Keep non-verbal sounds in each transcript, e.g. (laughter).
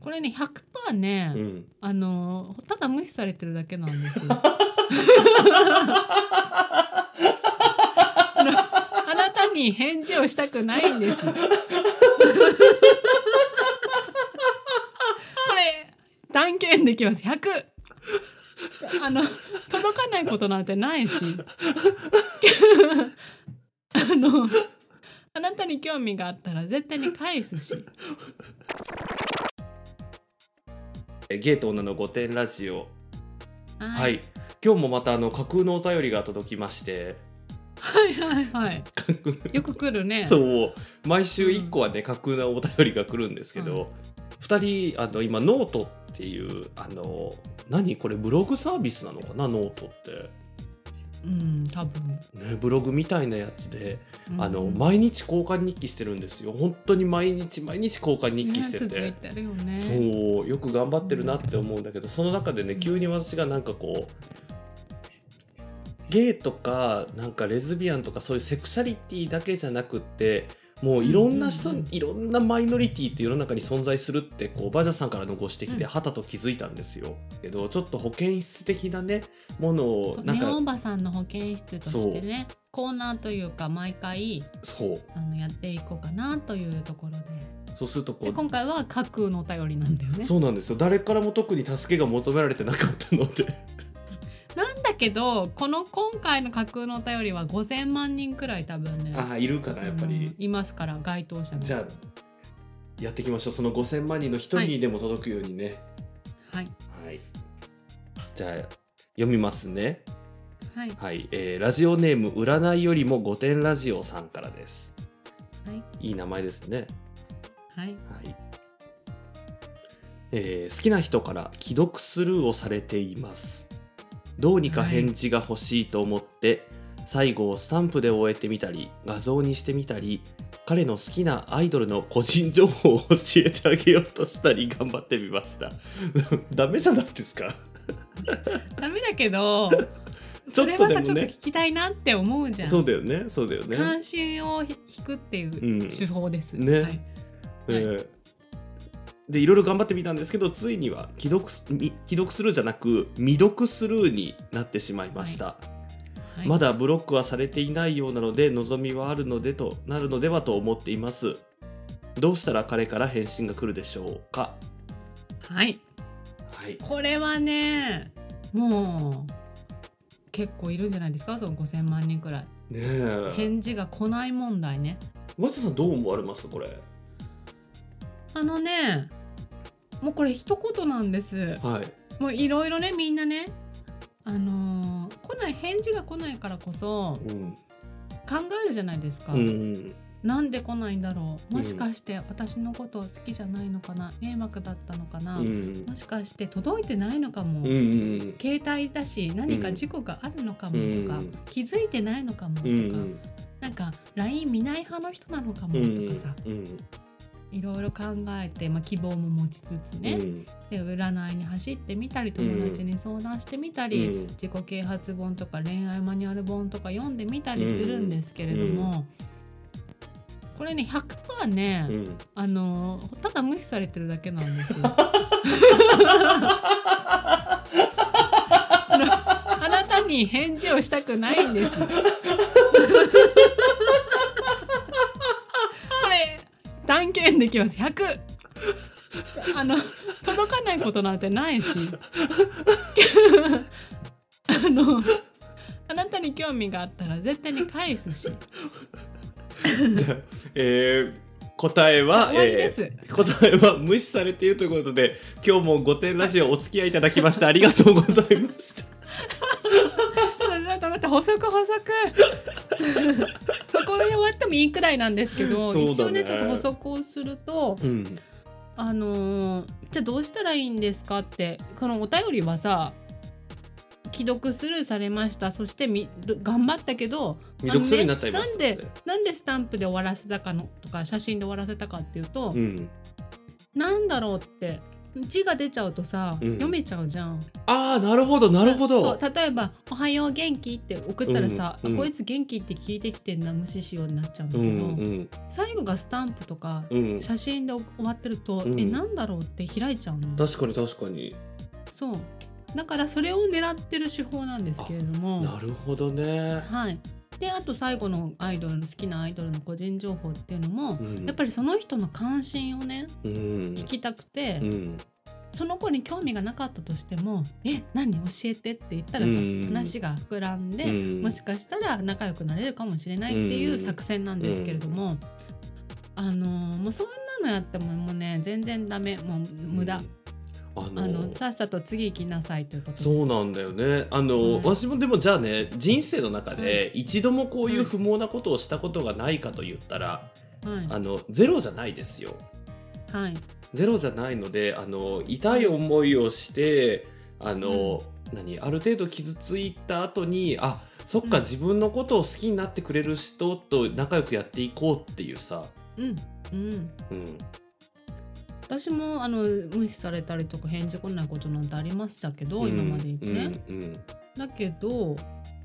これね100%ね、うん、あのただ無視されてるだけなんですよあのあなたに返事をしたくないんです。これ断言できます。100。あの届かないことなんてないし。 (laughs) あのあなたに興味があったら絶対に返すし。えゲート女の御殿ラジオは、はい今日もまたあの架空のお便りが届きまして、はいはい (laughs) はい。よく来るね。そう毎週1個はね、架空のお便りが来るんですけど、2人あの今ノートっていうあの何これブログサービスなのかなノートって、うん多分。ね、ブログみたいなやつで、うんあの毎日交換日記してるんですよ本当に毎日毎日交換日記してて。ね続いてるよね。そうよく頑張ってるなって思うんだけどその中でねうん急に私がなんかこうゲイとかなんかレズビアンとかそういうセクシャリティだけじゃなくってもういろんな人、うんうんうんいろんなマイノリティって世の中に存在するってこうバジャさんからのご指摘でうんはたと気づいたんですよ。けどちょっと保健室的なねものをそうなんネオかンバさんの保健室としてねコーナーというか毎回そうあのやっていこうかなというところそうするとでこでう今回は架空のお便りなんだよねそうなんですよ誰からも特に助けが求められてなかったのでなんだけどこの今回の架空のお便りは5,000万人くらい多分ねああいるかなやっぱり。うんいますから該当者がじゃあやっていきましょうその5000万人の一人にでも届くようにねはいはい、じゃあ読みますねはいはい、えーラジオネーム占いよりも5点ラジオさんからですはいいい名前ですねはいはい、えー好きな人から既読スルーをされていますどうにか返事が欲しいと思って、最後をスタンプで終えてみたり画像にしてみたり彼の好きなアイドルの個人情報を教えてあげようとしたり頑張ってみました (laughs) ダメじゃないですかダメだけど (laughs) ちょそっれとはでもさねちょっと聞きたいなって思うじゃんそうだよねそうだよね関心をひ引くっていううん手法です、ねはいえーでいろいろ頑張ってみたんですけどついには既読すみ既読スルーじゃなく未読スルーになってしまいました、はいまだブロックはされていないようなので望みはあるのでとなるのではと思っていますどうしたら彼から返信が来るでしょうかはいはいこれはねもう結構いるんじゃないですかその5,000万人くらいねえ返事が来ない問題ね松田さんどう思われますこれあのねもうこれ一言なんですはいもういろいろねみんなねあのー来ない返事が来ないからこそうん考えるじゃないですか、うんなんで来ないんだろうもしかして私のことを好きじゃないのかな迷惑だったのかな、うんもしかして届いてないのかも、うんうん携帯だし何か事故があるのかもとか、うん気づいてないのかもとか、うんうんなんか LINE 見ない派の人なのかもうとんかさ、うんいろいろ考えて、まあ、希望も持ちつつね、うんで占いに走ってみたり友達に相談してみたり、うん自己啓発本とか恋愛マニュアル本とか読んでみたりするんですけれども、これね100%ね、うんあのただ無視されてるだけなんですよ。(laughs) あのあなたに返事をしたくないん (laughs) です。これ断言できます。100。あの届かないことなんてない (laughs) し。あのあなたに興味があったら絶対に返すし。じゃあえー答えは、終わりですー答えは無視されているということで今日も5点ラジオお付き合いいただきましてありがとうございましたちょっと待って補足補足まあこれで終わってもいいくらいなんですけど、そうだね一応ねちょっと補足をするとうんあのーじゃあどうしたらいいんですかってこのお便りはさ既読スルーされましたそしてみ頑張ったけど未読スルーになっちゃいましたあのねなんでなんでスタンプで終わらせたかのとか写真で終わらせたかっていうと、うんなんだろうって字が出ちゃうとさ、うん読めちゃうじゃん。ああなるほどなるほそうど例えば「おはよう元気?」って送ったらさ、うんうんあこいつ元気って聞いてきてんな無視しようになっちゃうんだうけど、ん最後がスタンプとかうんうん写真で終わってると、うんえなんだろうって開いちゃうの。確かに確かにそうだからそれを狙ってる手法なんですけれども。なるほどねはい、であと最後のアイドルの好きなアイドルの個人情報っていうのも、うんやっぱりその人の関心をねうん聞きたくて、うんその子に興味がなかったとしても「え何教えて」って言ったらさ、うん話が膨らんで、うんもしかしたら仲良くなれるかもしれないっていう作戦なんですけれども、あのもうそんなのやってももうね全然ダメもう無駄、あのあのさっさと次行きなさいということですそうなんだよねあの、はい私もでもじゃあね人生の中で一度もこういう不毛なことをしたことがないかと言ったら、はいあのゼロじゃないですよはいゼロじゃないのであの痛い思いをしてあの、何ある程度傷ついた後にあそっか、うん自分のことを好きになってくれる人と仲良くやっていこうっていうさ、うんうんうん、私もあの無視されたりとか返事来ないことなんてありましたけど、今まで言ってね、うんだけど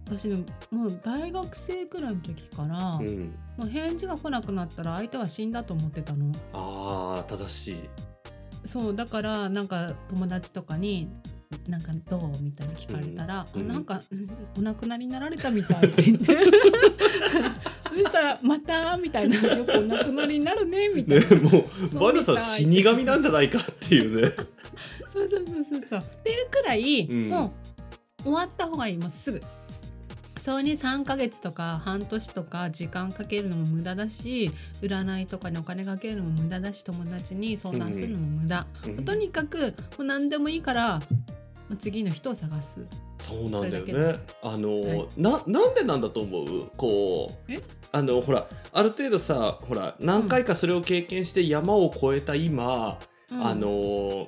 私ねもう大学生くらいの時から、うんうん、もう返事が来なくなったら相手は死んだと思ってたのああ正 (laughs) しいそうだからなんか友達とかに「なんかどう?」みたいに聞かれたら「うんうんあなんかうんお亡くなりになられたみたい」って (laughs) 言ってそしたら「また」みたいな「よくお亡くなりになるね」みたいねな。もうそうバみたいイザーさん死神なんじゃないかっていう (laughs) ね (laughs) そうそうそうそうそう。っていうくらい、うんもう終わった方がいいもうすぐ。それに3ヶ月とか半年とか時間かけるのも無駄だし占いとかにお金かけるのも無駄だし友達に相談するのも無駄、うんとにかくもう何でもいいからまあ次の人を探すそうなんだよそれだねけで。あの、はいななんでなんだと思う？こうえあのほらある程度さほら何回かそれを経験して山を越えた今、うんあの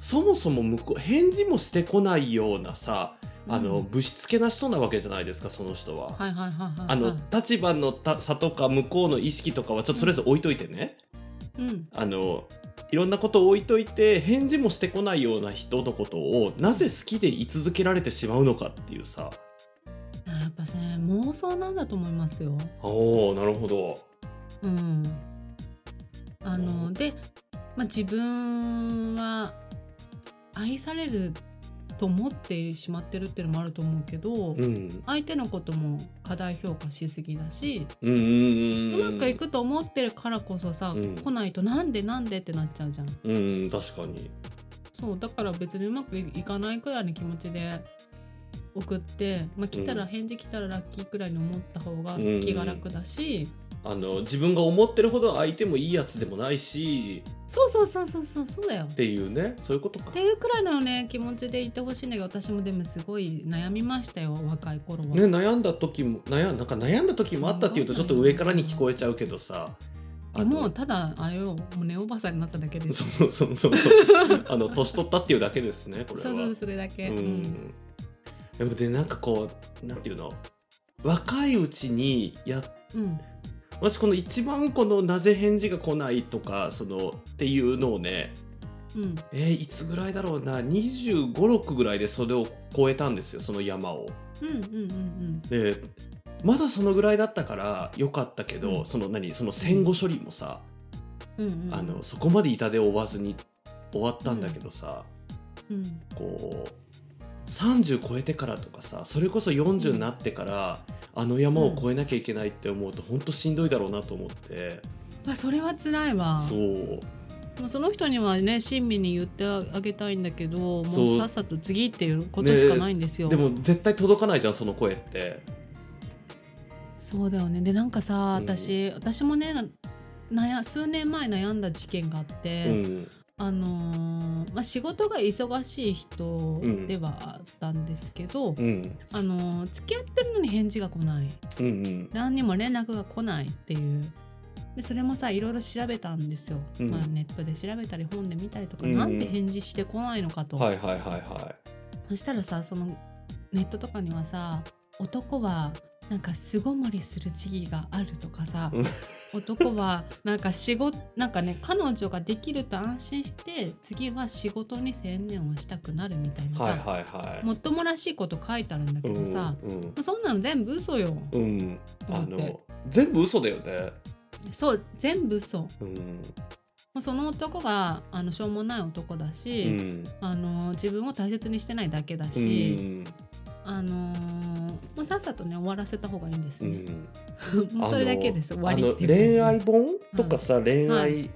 そもそも向こう返事もしてこないようなさあの、うんぶしつけな人なわけじゃないですかその人は。はいはいはいはいあの立場のた差とか向こうの意識とかはちょっととりあえず置いといてね、うんあのいろんなことを置いといて返事もしてこないような人のことをなぜ好きでい続けられてしまうのかっていうさやっぱね妄想なんだと思いますよおーなるほどうん、あの、うんで、まあ、自分は愛されると思ってしまってるっていうのもあると思うけど、うん相手のことも過大評価しすぎだし、うんうんううんまくいくと思ってるからこそさ、うん来ないとなんでなんでってなっちゃうじゃんうんうん確かにそうだから別にうまくいかないくらいの気持ちで送って、まあ、来たうらん返事来たらラッキーくらいに思った方がうん気が楽だし、あの自分が思ってるほど相手もいいやつでもないしそうそうそうそうそうそうだよっていうねそういうことかっていうくらいのね気持ちでいてほしいんだけど私もでもすごい悩みましたよ若い頃は、ね悩んだ時も悩んなんか悩んだ時もあったっていうとちょっと上からに聞こえちゃうけどさであものただあれよもうねおばさんになっただけですそうそうそうそうあの年取ったっていうだけですねこれはそうそうそれだけ、ううんん、でもでなんかこうなんていうの若いうちにやうん私この一番このなぜ返事が来ないとかそのっていうのをねうんえーいつぐらいだろうな2 5 6ぐらいでそれを超えたんですよその山を。うんうんうんでまだそのぐらいだったから良かったけど、うんその何その戦後処理もさ、うんうんうんあのそこまで痛手を負わずに終わったんだけどさ、うんこう30超えてからとかさそれこそ40になってから、あの山を越えなきゃいけないって思うと本当しんどいだろうなと思って、まあそれは辛いわそうもうその人にはね親身に言ってあげたいんだけどそもううさっさと次っていうことしかないんですよ、でも絶対届かないじゃんその声って。そうだよねでなんかさうん私、私もね悩数年前悩んだ事件があって、うんあのーまあ、仕事が忙しい人ではあったんですけど、うんあのー付き合ってるのに返事が来ないうんうん何にも連絡が来ないっていうでそれもさいろいろ調べたんですよ、うんまあ、ネットで調べたり本で見たりとか、うんなんで返事してこないのかと、はいはいはいはそしたらさそのネットとかにはさ男はなんか巣ごもりする時期があるとかさうん男はなんか仕事なんかね彼女ができると安心して次は仕事に専念をしたくなるみたいなさ、はいはいはい。もっともらしいこと書いてあるんだけどさ、うんそんなの全部嘘ようん、うん、とあ思っての全部嘘だよね。そう全部嘘もうん、うその男があのしょうもない男だうし、ん、あの自分を大切にしてないだけだうし、ん、あのもうさっさとね終わらせた方がいいんですうね、ん。 (laughs) もうそれだけです終わありのっていう恋感愛じ本とかさ、恋愛、は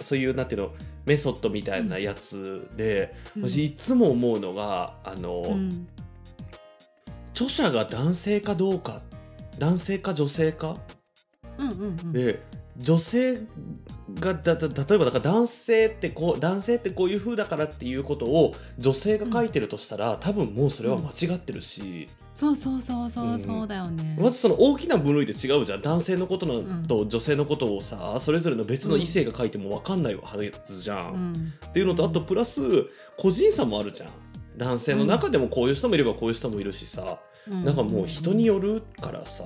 そういうなんていうのメソッドみたいなやつで、うん私いつも思うのがあの、うん著者が男性かどうか男性か女性かうんうんうんで女性がだだ例えばだから男性ってこう男性ってこういう風だからっていうことを女性が書いてるとしたら、多分もうそれは間違ってるし、そうそうそうそううそんうだよね。まずその大きな分類で違うじゃん男性のことのと女性のことをさそれぞれの別の異性が書いても分かんないはずじゃん。うん、っていうのとあとプラス個人差もあるじゃん。男性の中でもこういう人もいればこういう人もいるしさ、うんなんかもう人によるからさ、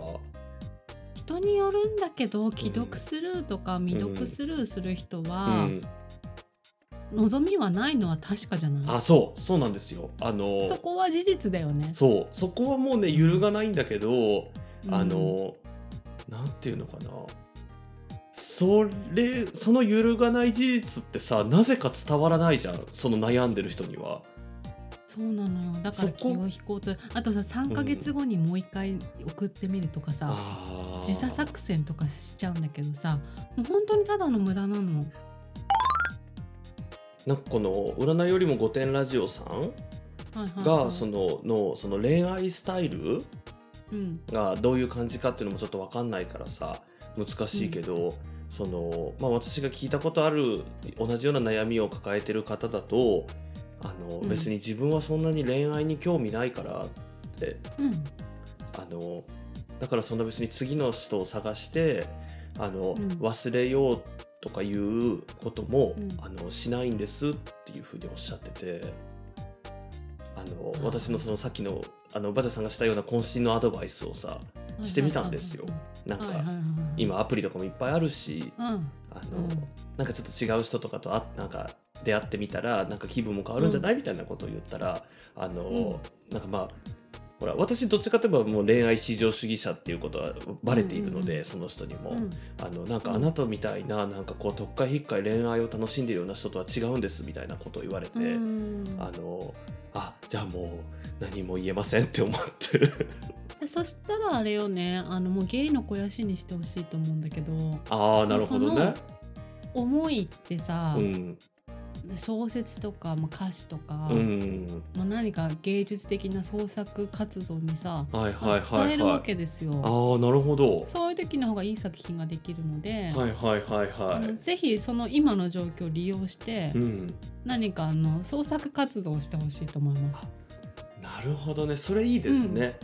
人によるんだけど既読スルーとか未読スルーする人うは、ん、望みはないのは確かじゃないあそうそうなんですよあのそこは事実だよね。そうそこはもうね揺るがないんだけど、うんあのなんていうのかなそれその揺るがない事実ってさなぜか伝わらないじゃんその悩んでる人には。そうなのよだかそらこ気を引こうとあとさ3ヶ月後にもう一回送ってみるとかさ、あー時差作戦とかしちゃうんだけどさもう本当にただの無駄なの。なんかこの占いよりも御殿ラジオさんはいはいはいがそののその恋愛スタイルうんがどういう感じかっていうのもちょっと分かんないからさ難しいけど、そのまあ、私が聞いたことある同じような悩みを抱えてる方だとあの、うん別に自分はそんなに恋愛に興味ないからってうんあのだからそんな別に次の人を探してあの、うん忘れようとかいうことも、うんあのしないんですっていうふうにおっしゃっててあのあー私のそのさっきのあのバジャさんがしたような渾身のアドバイスをさしてみたんですよなんはいはいはいかはい今アプリとかもいっぱいあるしうんあの、うんなんかちょっと違う人とかとあなんか出会ってみたらなんか気分も変わるんじゃない、みたいなことを言ったらあの、なんかまあほら私どっちかといえばもう恋愛至上主義者っていうことはバレているので、うんうんうんその人にも、うんあのなんかあなたみたいななんかこう特会引っかい恋愛を楽しんでいるような人とは違うんですみたいなことを言われて、うんあのあじゃあもう何も言えませんって思って (laughs) るそしたらあれよねあのもうゲイの肥やしにしてほしいと思うんだけど (laughs) ああなるほどね。思いってさ、うん、小説とか、まあ、歌詞とか、うんまあ、何か芸術的な創作活動にさ、はいまはあいはいはい。伝えるわけですよ、ああなるほど。そういう時の方がいい作品ができるので、はいはいはいあはのぜひその今の状況を利用して、い。うん。何かあの創作活動をしてほしいと思いますなるほどね。それいいですね。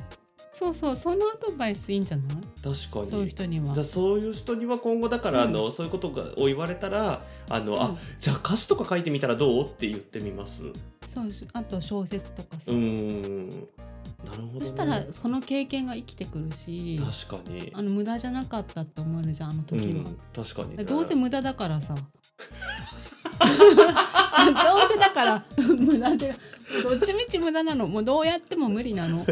そうそうそのアドバイスいいんじゃない確かに。そういう人にはじゃあそういう人には今後だから、あのそういうことがを言われたらあの、うあんじゃあ歌詞とか書いてみたらどうって言ってみます。うそうしあと小説とかさ、ーん。なるほど、ね。そしたらその経験が生きてくるし確かにあ。の無駄じゃなかったって思えるじゃんあのう時は、ん、確かに、ね。どうせ無駄だから (laughs) さどうせだから無駄でどっちみち無駄なのもうどうやっても無理なの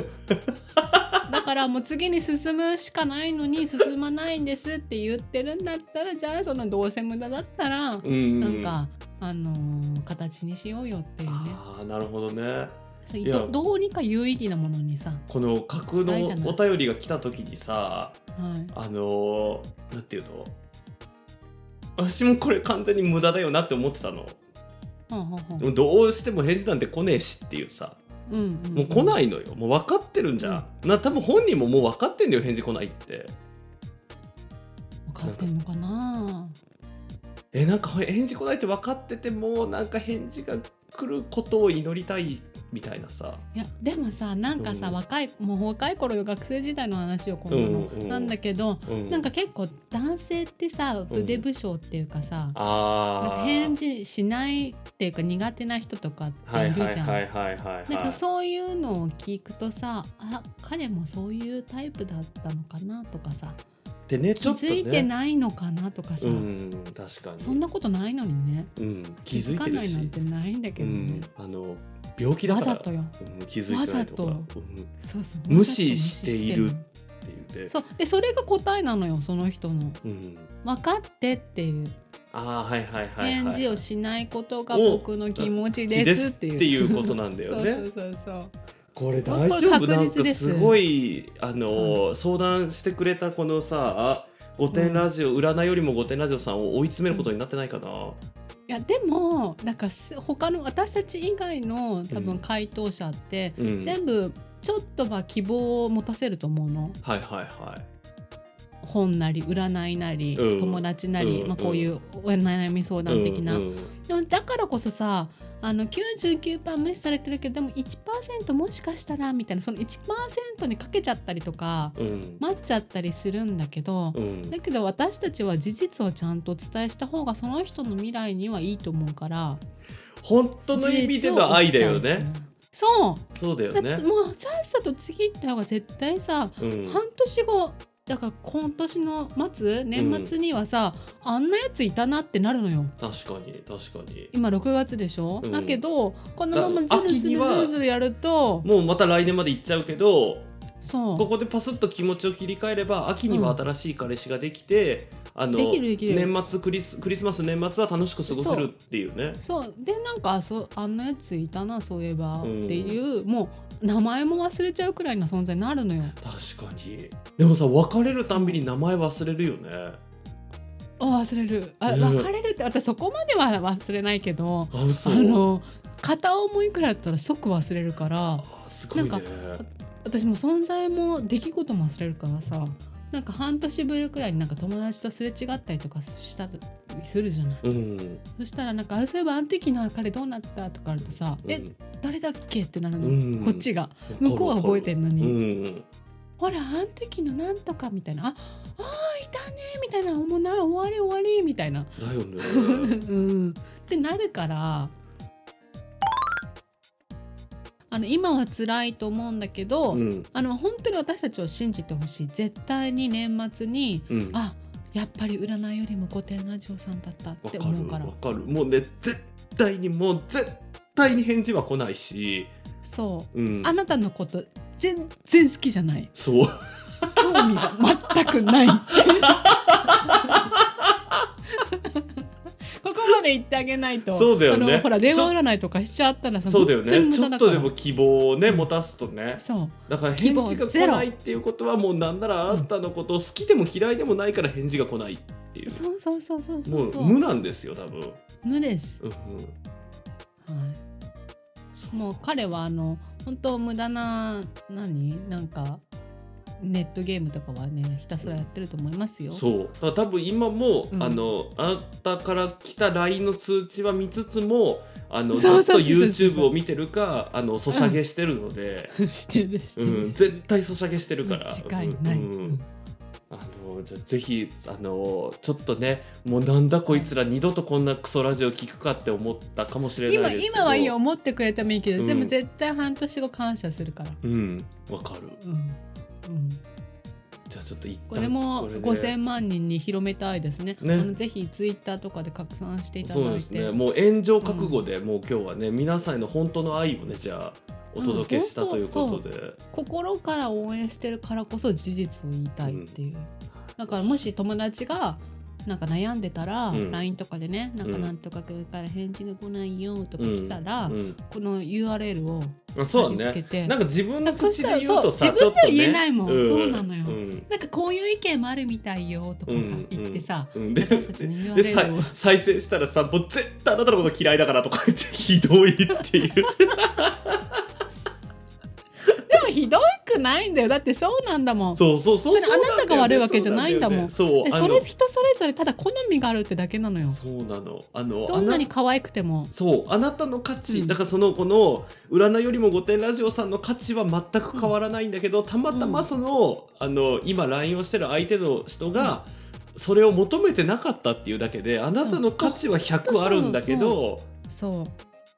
だからもう次に進むしかないのに進まないんですって言ってるんだったらじゃあそのどうせ無駄だったら、うん、なんかあのー形にしようよっていうねああなるほどね。そういやどどうにか有意義なものにさ、この架空のないじゃないお便りが来た時にはさ、い、あのー、なんていうの私もこれ完全に無駄だよなって思ってたのほうほうほうでもどうしても返事なんて来ねえしっていうさうんうん、もう来ないのよもう分かってるんじゃん、な多分本人ももう分かってんだよ返事来ないって分かってんのかなえなんか返事来ないって分かっててもなんか返事が来ることを祈りたいみたいなさいやでもさなんかさ、うん若いもう若い頃よ学生時代の話をこんなの、うんうんなんだけどうんなんか結構男性ってさ腕不精っていうかさ、なんあかー返事しないっていうか苦手な人とかっていはいるじはいゃん。はいはいはいなんはかいそういうのを聞くとさあ彼もそういうタイプだったのかなとかさでねち気ょっとづいてねないのかなとかさ、うん確かにそんなことないのにねうん気づいかてるないなんしてないんだうけどんね、あの病気だわからざとようん気づいてないとかわざうんそうそう無視している無視っしてて言ってそうでそれが答えなのよその人のうん分かってっていうああはいはいはいはい返事をしないことが僕の気持ち血でですすっってていういうことなんだよね (laughs) そうそうそうそうこれこれ大丈夫確実なんかですすごいあの、相談してくれたこのさ御殿ラジオ、占いよりも御殿ラジオさんを追い詰めることになってないかな、いやでもなんかす他の私たち以外の多う分ん回答者って、うん、はい全部ちょっとは希望を持たせると思うのはいはい本なり占いなり、うん友達なり、うんまあ、こういうお悩み相談的な、うんうんでもだからこそさあの99%無視されてるけどでも1%もしかしたらみたいなその1%にかけちゃったりとかうん待っちゃったりするんだけど、うんだけど私たちは事実をちゃんとお伝えした方がその人の未来にはいいと思うから本当の意味での愛だよね。そそうだうだよってね、もうさっさと次行った方が絶対さ、うん、半年後だから今年の末年末にはさ、あんなやついたなってなるのよ。確かに確かに今6月でしょ、うんだけどこのままズルズ秋にルはズルズルやるともうまた来年まで行っちゃうけどそうここでパスッと気持ちを切り替えれば秋には新しい彼氏ができて、あのできるできる年末クリスクリスマス年末は楽しく過ごせるっていうねそうでなんかあそうあんなやついたなそういえばっうんていう、もう名前も忘れちゃうくらいの存在になるのよ。確かにでもさ別れるたんびに名前忘れるよねあ忘れるあうん別れるって私そこまでは忘れないけどあ嘘あの片思いくらいだったら即忘れるからあすごいねなん私もう存在も出来事も忘れるからさなんか半年ぶりくらいになんか友達とすれ違ったりとかしたりするじゃない。うんそしたらなんか「あそういえばあの時の彼どうなった?」とかあるとさ「え誰だっけ?」ってなるの、うんこっちが向こうは覚えてるるのうに「んほらあの時のなんとか」みたいな「ああーいたね」みたいな「もうな終わり終わり」みたいな、だよう (laughs) ねん、ってなるからあの今は辛いと思うんだけど、うんあの本当に私たちを信じてほしい絶対に年末にうんあやっぱり占いよりも古典ラジオさんだったっわてか思うるからわかるもうね絶対にもう絶対に返事は来ないしそううんあなたのこと全然好きじゃないそう興味が全くない (laughs) ここまで言ってあげないとそうだよねのほら電話占いとかしちゃったらさそうだよ本当ねにち無駄ょだっからとでも希望をねうん持たすとねそうだから希返望事がゼ来ロないっていうことはもうなんならあなたのことを好きでも嫌いでもないから返事が来ないっていうそうそうそうそうそもううそう無なんですよ多分、無です、うんうん、はい、そうもう彼はあの本当無駄な何なんかネットゲームとかはねひたすらやってると思いますよそうだから多分今も、うんあのあなたから来た LINE の通知は見つつもあのずそうそうそうそっとう YouTube を見てるかあのソシャゲしてるので、 (laughs) してるしてうる、ん絶対ソシャゲしてるから間違いない、うんううんんあのじゃあぜひあのちょっとねもうなんだこいつら二度とこんなクソラジオ聞くかって思ったかもしれな今いですけど今はいいよ思ってくれてもいいけど、うんでも絶対半年後感謝するから、うんわかるうんうん、じゃあちょっと一旦これもで5000万人に広めたいですねねあのぜひツイッターとかで拡散していたそうだでいすてねもう炎上覚悟で、もう今日はね皆さんへの本当の愛をねじゃあお届けしたということで、心から応援してるからこそ事実を言いたいっていう、だからもし友達がなんか悩んでたら、うん LINE とかでねなんかうんなんとか君から返事が来ないよとか来たら、うんこの URL をあそう貼だり付ねけてなんか自分の口で言うとそさうちょ自分っと、ね、では言えないもんそうなのようんなんかこういう意見もあるみたいよとかさ、うん言ってさ、うんで私たちの URL をでさ再生したらさもう絶対あなたのこと嫌いだからとか言ってひどいっていうでもひどいくないんだよだって (laughs) そうなんだもんそうそうそうそれあなたが悪いわけじゃないんだもんそうでなそよれね人それぞれただ好みがあるってだけなのよそうあのそうなのあのどんなにあな可愛くてもそうあなたの価値、うんだからそのこの占いよりも御殿ラジオさんの価値は全く変わらないんだけど、たまたまその,、あの今 LINE をしてる相手の人が、それを求めてなかったっていうだけであなたの価値は100あるんだけどそ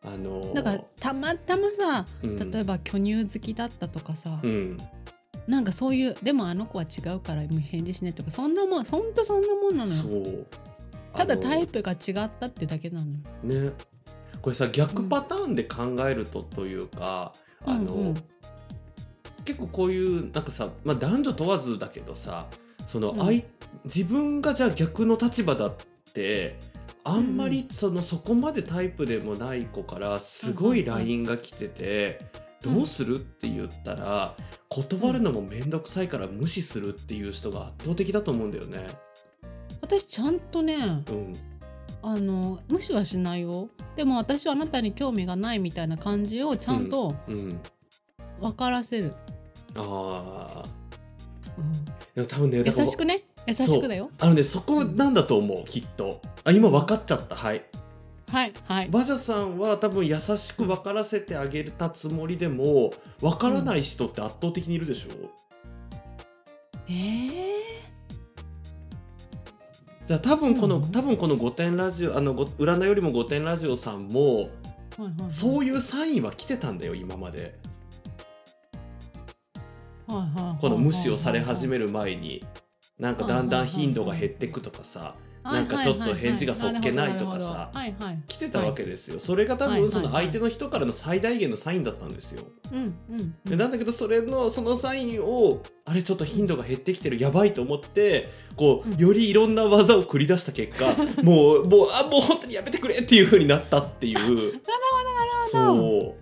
あのうだからたまたまさうん例えば巨乳好きだったとかさ、うんなんかそういうでもあの子は違うからもう返事しねとかそんなもんほんとそんなもんなのそようただあのタイプが違ったってだけなのよねこれさ逆パターンで考えるとというか、あの、うんうん結構こういうなんかさ、まあ、男女問わずだけどさその、うんあい自分がじゃあ逆の立場だってあんまりそのそこまでタイプでもない子からすごいうんうんうん LINE が来てて「うんどうする?」って言ったら断るのも面倒くさいから無視するっていう人が圧倒的だと思うんだよね。私ちゃんとねうん、あの無視はしないよでも私はあなたに興味がないみたいな感じをちゃんとうん、分からせる、あーうんでも多分ねだから優しくね優しくだよあのねそこなんだと思うきっとあ今分かっちゃったはいはいはい馬車さんは多分優しく分からせてあげたつもりでも分からない人って圧倒的にいるでしょ、えー、じゃあ多分こその、うなの多分この御殿ラジオあのご占いよりも御殿ラジオさんもはいはいはいそういうサインは来てたんだよ今まではいはいはいはいこの無視をされ始める前になんかだんだん頻度が減ってくとかさなんかちょっと返事がそっけないとかさはいはいはい来てたわけですよそれが多はいはい分そのはい相手の人からの最大限のサインだったんですようんうんうでんなんだけどそれのそのサインをあれちょっと頻度が減ってきてるやばいと思ってこうんうよりいろんな技を繰り出した (laughs) 結果もうもうあもう本当にやめてくれっていう風になったっ (laughs) ていうなるほどなるほどそ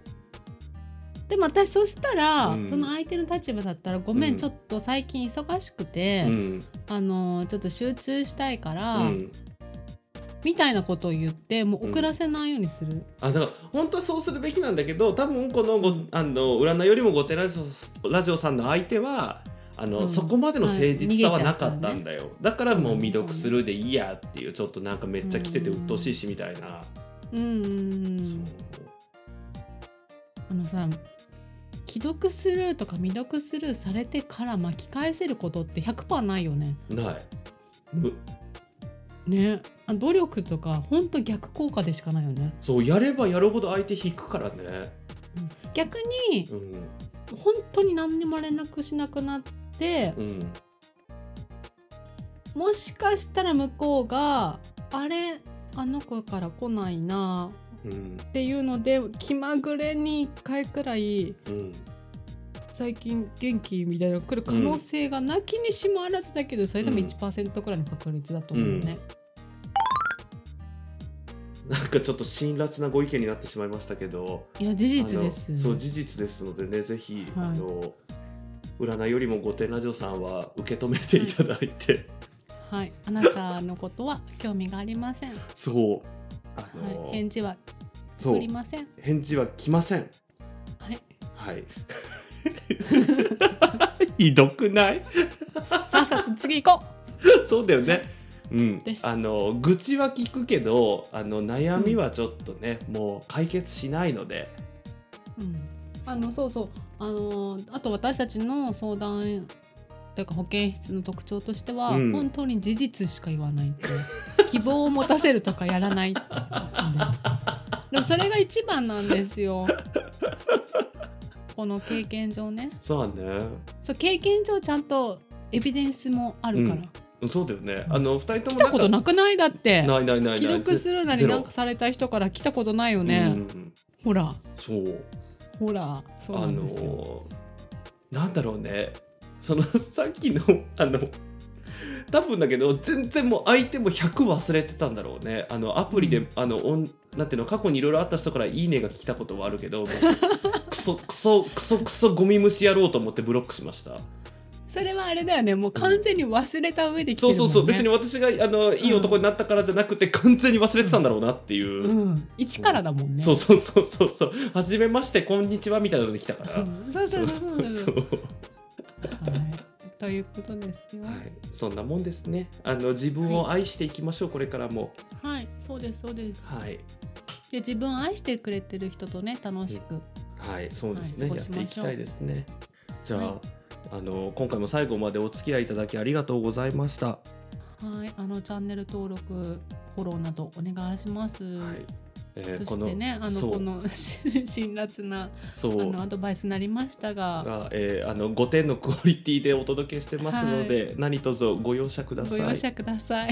でも私そしたら、うんその相手の立場だったら「ごめん、うんちょっと最近忙しくう、て、うんあのちょっと集中したいから、うん、みたいなことを言ってもう遅らせないようにする、あだから本当はそうするべきなんだけど多分このごあの占いよりも「御殿ラジオ」ラジオさんの相手はあの、うんそこまでの誠実さはなかったはい逃げんだよ、だからもう未読するでいいやっていうちょっとなんかめっちゃ来てて鬱陶しいしみたいな、うんうんうんそうあのさ既読スルーとか未読スルーされてから巻き返せることって100%ないよね。ない。むねあ努力とかほんと逆効果でしかないよね。そうやればやるほど相手引くからね。逆にうん本当に何にも連絡しなくなってうんもしかしたら向こうがあれあの子から来ないなうんっていうので気まぐれに1回くらいうん。最近元気みたいなの来る可能性がなきにしもあらずだけど、それでもうん1%くらいの確率だと思うよね。なんかちょっと辛辣なご意見になってしまいましたけど。いや事事実です。そう事実ですのでねぜひ、はいあの占いよりも御殿ラジオさんは受け止めていただいて、はい、あなたのことは興味がありません。はそうあの、い、返事はそ送うりません。返事は来ません。はい、はい。 (laughs) ひどくない？さっさと次行こ (laughs) そうだよね。うんで、すあの愚痴は聞くけどあの悩みはちょっとね、もう解決しないので、う。うん、あの、そうそう、あの、あと私たちの相談。というか保健室の特徴としては、うん本当に事実しか言わないっていう (laughs) 希望を持たせるとかやら (laughs) ないっていうでもそれが一番なんですよこの経験上ねそうだねそう経験上ちゃんとエビデンスもあるから、うんそうだよねあの二人と来もたことなんかなくないだってないないないない既読するなりゼロなんかされた人から来たことないようんね、うんほらそうほらそうあなんのですよ、ーなんだろうねその (laughs) さっきのあの多分だけど全然もう相手も100忘れてたんだろうねあのアプリで、うんあのオンなんていうの過去にいろいろあった人から「いいね」が来たことはあ (laughs) るけどもうクソクソクソクソゴミ虫やろうと思ってブロックしましたそそれはあれだよねもう完全に忘れた上で来てそるうもん、ね、そうそう、別に私があのいい男になったからじゃなくて、完全に忘れてたんだろうなっていうう、ん一からだもんねそうそうそうそうそう初めましてこんにちはみたいなので来たから、うんそうそうそうそうそそうう、はいということですよはい、そんなもんですねあの自分を愛していきましょうこれからもはいそうですそうですはいで自分を愛してくれてる人とね楽しくはいそうですね、はいやそっうしましょうていきたいですねじゃあ、はいあの今回も最後までお付き合いいただきありがとうございました、ははいあのチャンネル登録フォローなどお願いします、いえーそしてねあのそうこの (laughs) 辛辣なそあうのアドバイスになりましたがが、えーあの5点のクオリティでお届けしてますので、何卒ご容赦くださごい。容赦ください